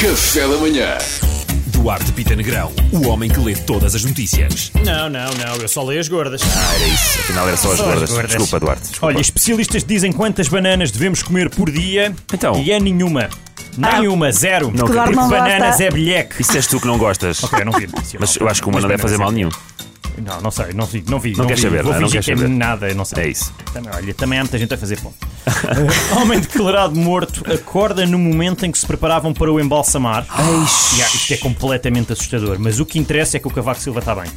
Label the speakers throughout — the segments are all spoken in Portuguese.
Speaker 1: Café da Manhã.
Speaker 2: Duarte Pita Negrão, o homem que lê todas as notícias.
Speaker 3: Não, não, não, eu só leio as gordas.
Speaker 4: Era isso, afinal era só as
Speaker 3: Só as
Speaker 4: gordas.
Speaker 3: gordas.
Speaker 4: Desculpa, Duarte. desculpa.
Speaker 3: Olha, especialistas dizem quantas bananas devemos comer por dia
Speaker 4: Então.
Speaker 3: e é nenhuma. Nenhuma, zero.
Speaker 4: Não Claro,
Speaker 3: Porque
Speaker 5: não gosta.
Speaker 3: bananas é bilheque.
Speaker 4: isso és tu que não gostas.
Speaker 3: Ok, não vi. notícia,
Speaker 4: Mas
Speaker 3: não.
Speaker 4: eu acho que uma não
Speaker 3: Mas
Speaker 4: deve fazer mal
Speaker 3: bananas
Speaker 4: nenhum.
Speaker 3: é- Não, não sei, não vi, não vi.
Speaker 4: Não quer
Speaker 3: vi.
Speaker 4: saber,
Speaker 3: Vou
Speaker 4: não, não
Speaker 3: fingir
Speaker 4: quer
Speaker 3: que é
Speaker 4: saber.
Speaker 3: nada, eu não sei.
Speaker 4: É isso.
Speaker 3: Também, olha, também há muita gente a fazer ponto. Eh, Homem declarado morto acorda no momento em que se preparavam para o embalsamar. E, ah, Isto é completamente assustador, mas o que interessa é que o Cavaco Silva está bem.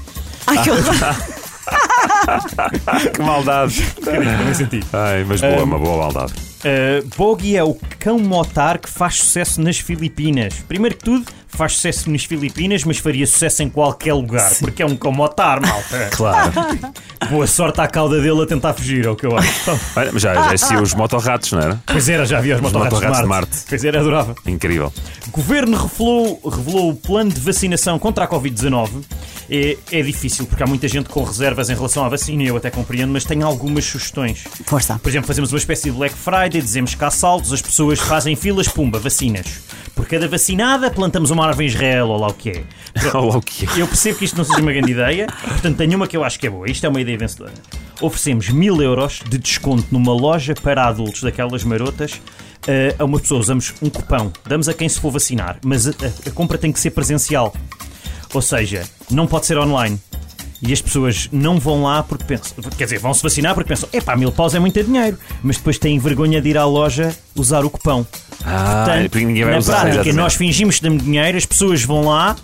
Speaker 5: Ai, que horror.
Speaker 4: Que maldade.
Speaker 3: Também senti.
Speaker 4: Ai, mas boa, uma boa maldade.
Speaker 3: Uh, Bogey é o cão motar que faz sucesso nas Filipinas. Primeiro que tudo, faz sucesso nas Filipinas, mas faria sucesso em qualquer lugar, porque é um cão motar, malta.
Speaker 4: Claro.
Speaker 3: Boa sorte à cauda dele a tentar fugir, é o que eu acho.
Speaker 4: Olha, mas já, já existiam os motorratos, não era?
Speaker 3: pois era, já havia os motorratos de
Speaker 4: motorratos
Speaker 3: Marte.
Speaker 4: de Marte.
Speaker 3: Pois era, adorava.
Speaker 4: Incrível.
Speaker 3: Governo revelou, revelou o plano de vacinação contra a Covid-19. É, é difícil, porque há muita gente com reservas em relação à vacina, e eu até compreendo, mas tenho algumas sugestões.
Speaker 5: Força.
Speaker 3: Por exemplo, fazemos uma espécie de Black Friday, dizemos que há saldos, as pessoas fazem filas, pumba, vacinas. Por cada vacinada, plantamos uma árvore em Israel, ou lá o que é.
Speaker 4: Olha lá o que é.
Speaker 3: Eu percebo que isto não seja uma grande ideia, portanto, tenho uma que eu acho que é boa. Isto é uma ideia vencedora. Oferecemos mil euros de desconto numa loja para adultos daquelas marotas eh, a uma pessoa. Usamos um cupão, damos a quem se for vacinar, mas a, a- a compra tem que ser presencial. Ou seja, não pode ser online. E as pessoas não vão lá porque pensam, quer dizer, vão se vacinar porque pensam, epá, mil paus é muito dinheiro, mas depois têm vergonha de ir à loja usar o cupão.
Speaker 4: Ah,
Speaker 3: Portanto,
Speaker 4: porque ninguém vai
Speaker 3: na
Speaker 4: usar.
Speaker 3: prática,
Speaker 4: exatamente.
Speaker 3: nós fingimos que damos dinheiro, as pessoas vão lá,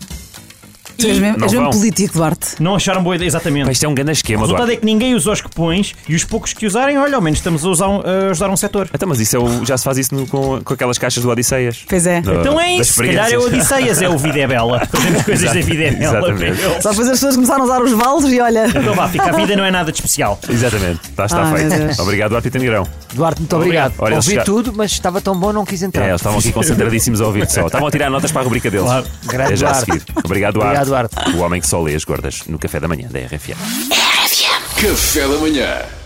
Speaker 5: Tu és mesmo,
Speaker 4: Não
Speaker 5: és mesmo
Speaker 4: vão.
Speaker 5: político, Duarte.
Speaker 3: não acharam boa ideia, exatamente.
Speaker 4: Pá, Isto é um grande
Speaker 3: O
Speaker 4: esquema,
Speaker 3: resultado
Speaker 4: Duarte.
Speaker 3: é que ninguém usa os cupões e os poucos que usarem, olha, ao menos estamos a, usar um- a ajudar um setor.
Speaker 4: Então, mas isso é o- já se faz isso no- com, com aquelas caixas do Odisseias.
Speaker 5: Pois é.
Speaker 4: Da-
Speaker 3: Então é
Speaker 4: das
Speaker 3: isso, se calhar é o
Speaker 4: Ah, experiências.
Speaker 3: Odisseias, é o Vida é Bela. Fazemos coisas da Vida é Bela. para
Speaker 4: Exatamente.
Speaker 3: eles.
Speaker 5: Só depois as pessoas começaram a usar os vales e olha.
Speaker 3: Então vá, fica, a vida não é nada de especial.
Speaker 4: Exatamente. Está, está
Speaker 5: Ah, meu Deus.
Speaker 4: feito. Obrigado, Duarte Pita Negrão.
Speaker 6: Duarte, muito obrigado.
Speaker 4: Obrigado. Olha,
Speaker 6: Ouvi
Speaker 4: eles chegaram-
Speaker 6: tudo, mas estava tão bom não quis entrar.
Speaker 4: É, eles estavam aqui concentradíssimos a ouvir-te só. Estavam a tirar notas para a rubrica deles.
Speaker 6: Claro. Grande
Speaker 4: É já a
Speaker 6: Duarte.
Speaker 4: seguir. Obrigado, Duarte.
Speaker 6: Obrigado, Duarte.
Speaker 4: O homem que só lê as gordas no café da manhã da RFM.
Speaker 1: Café da Manhã.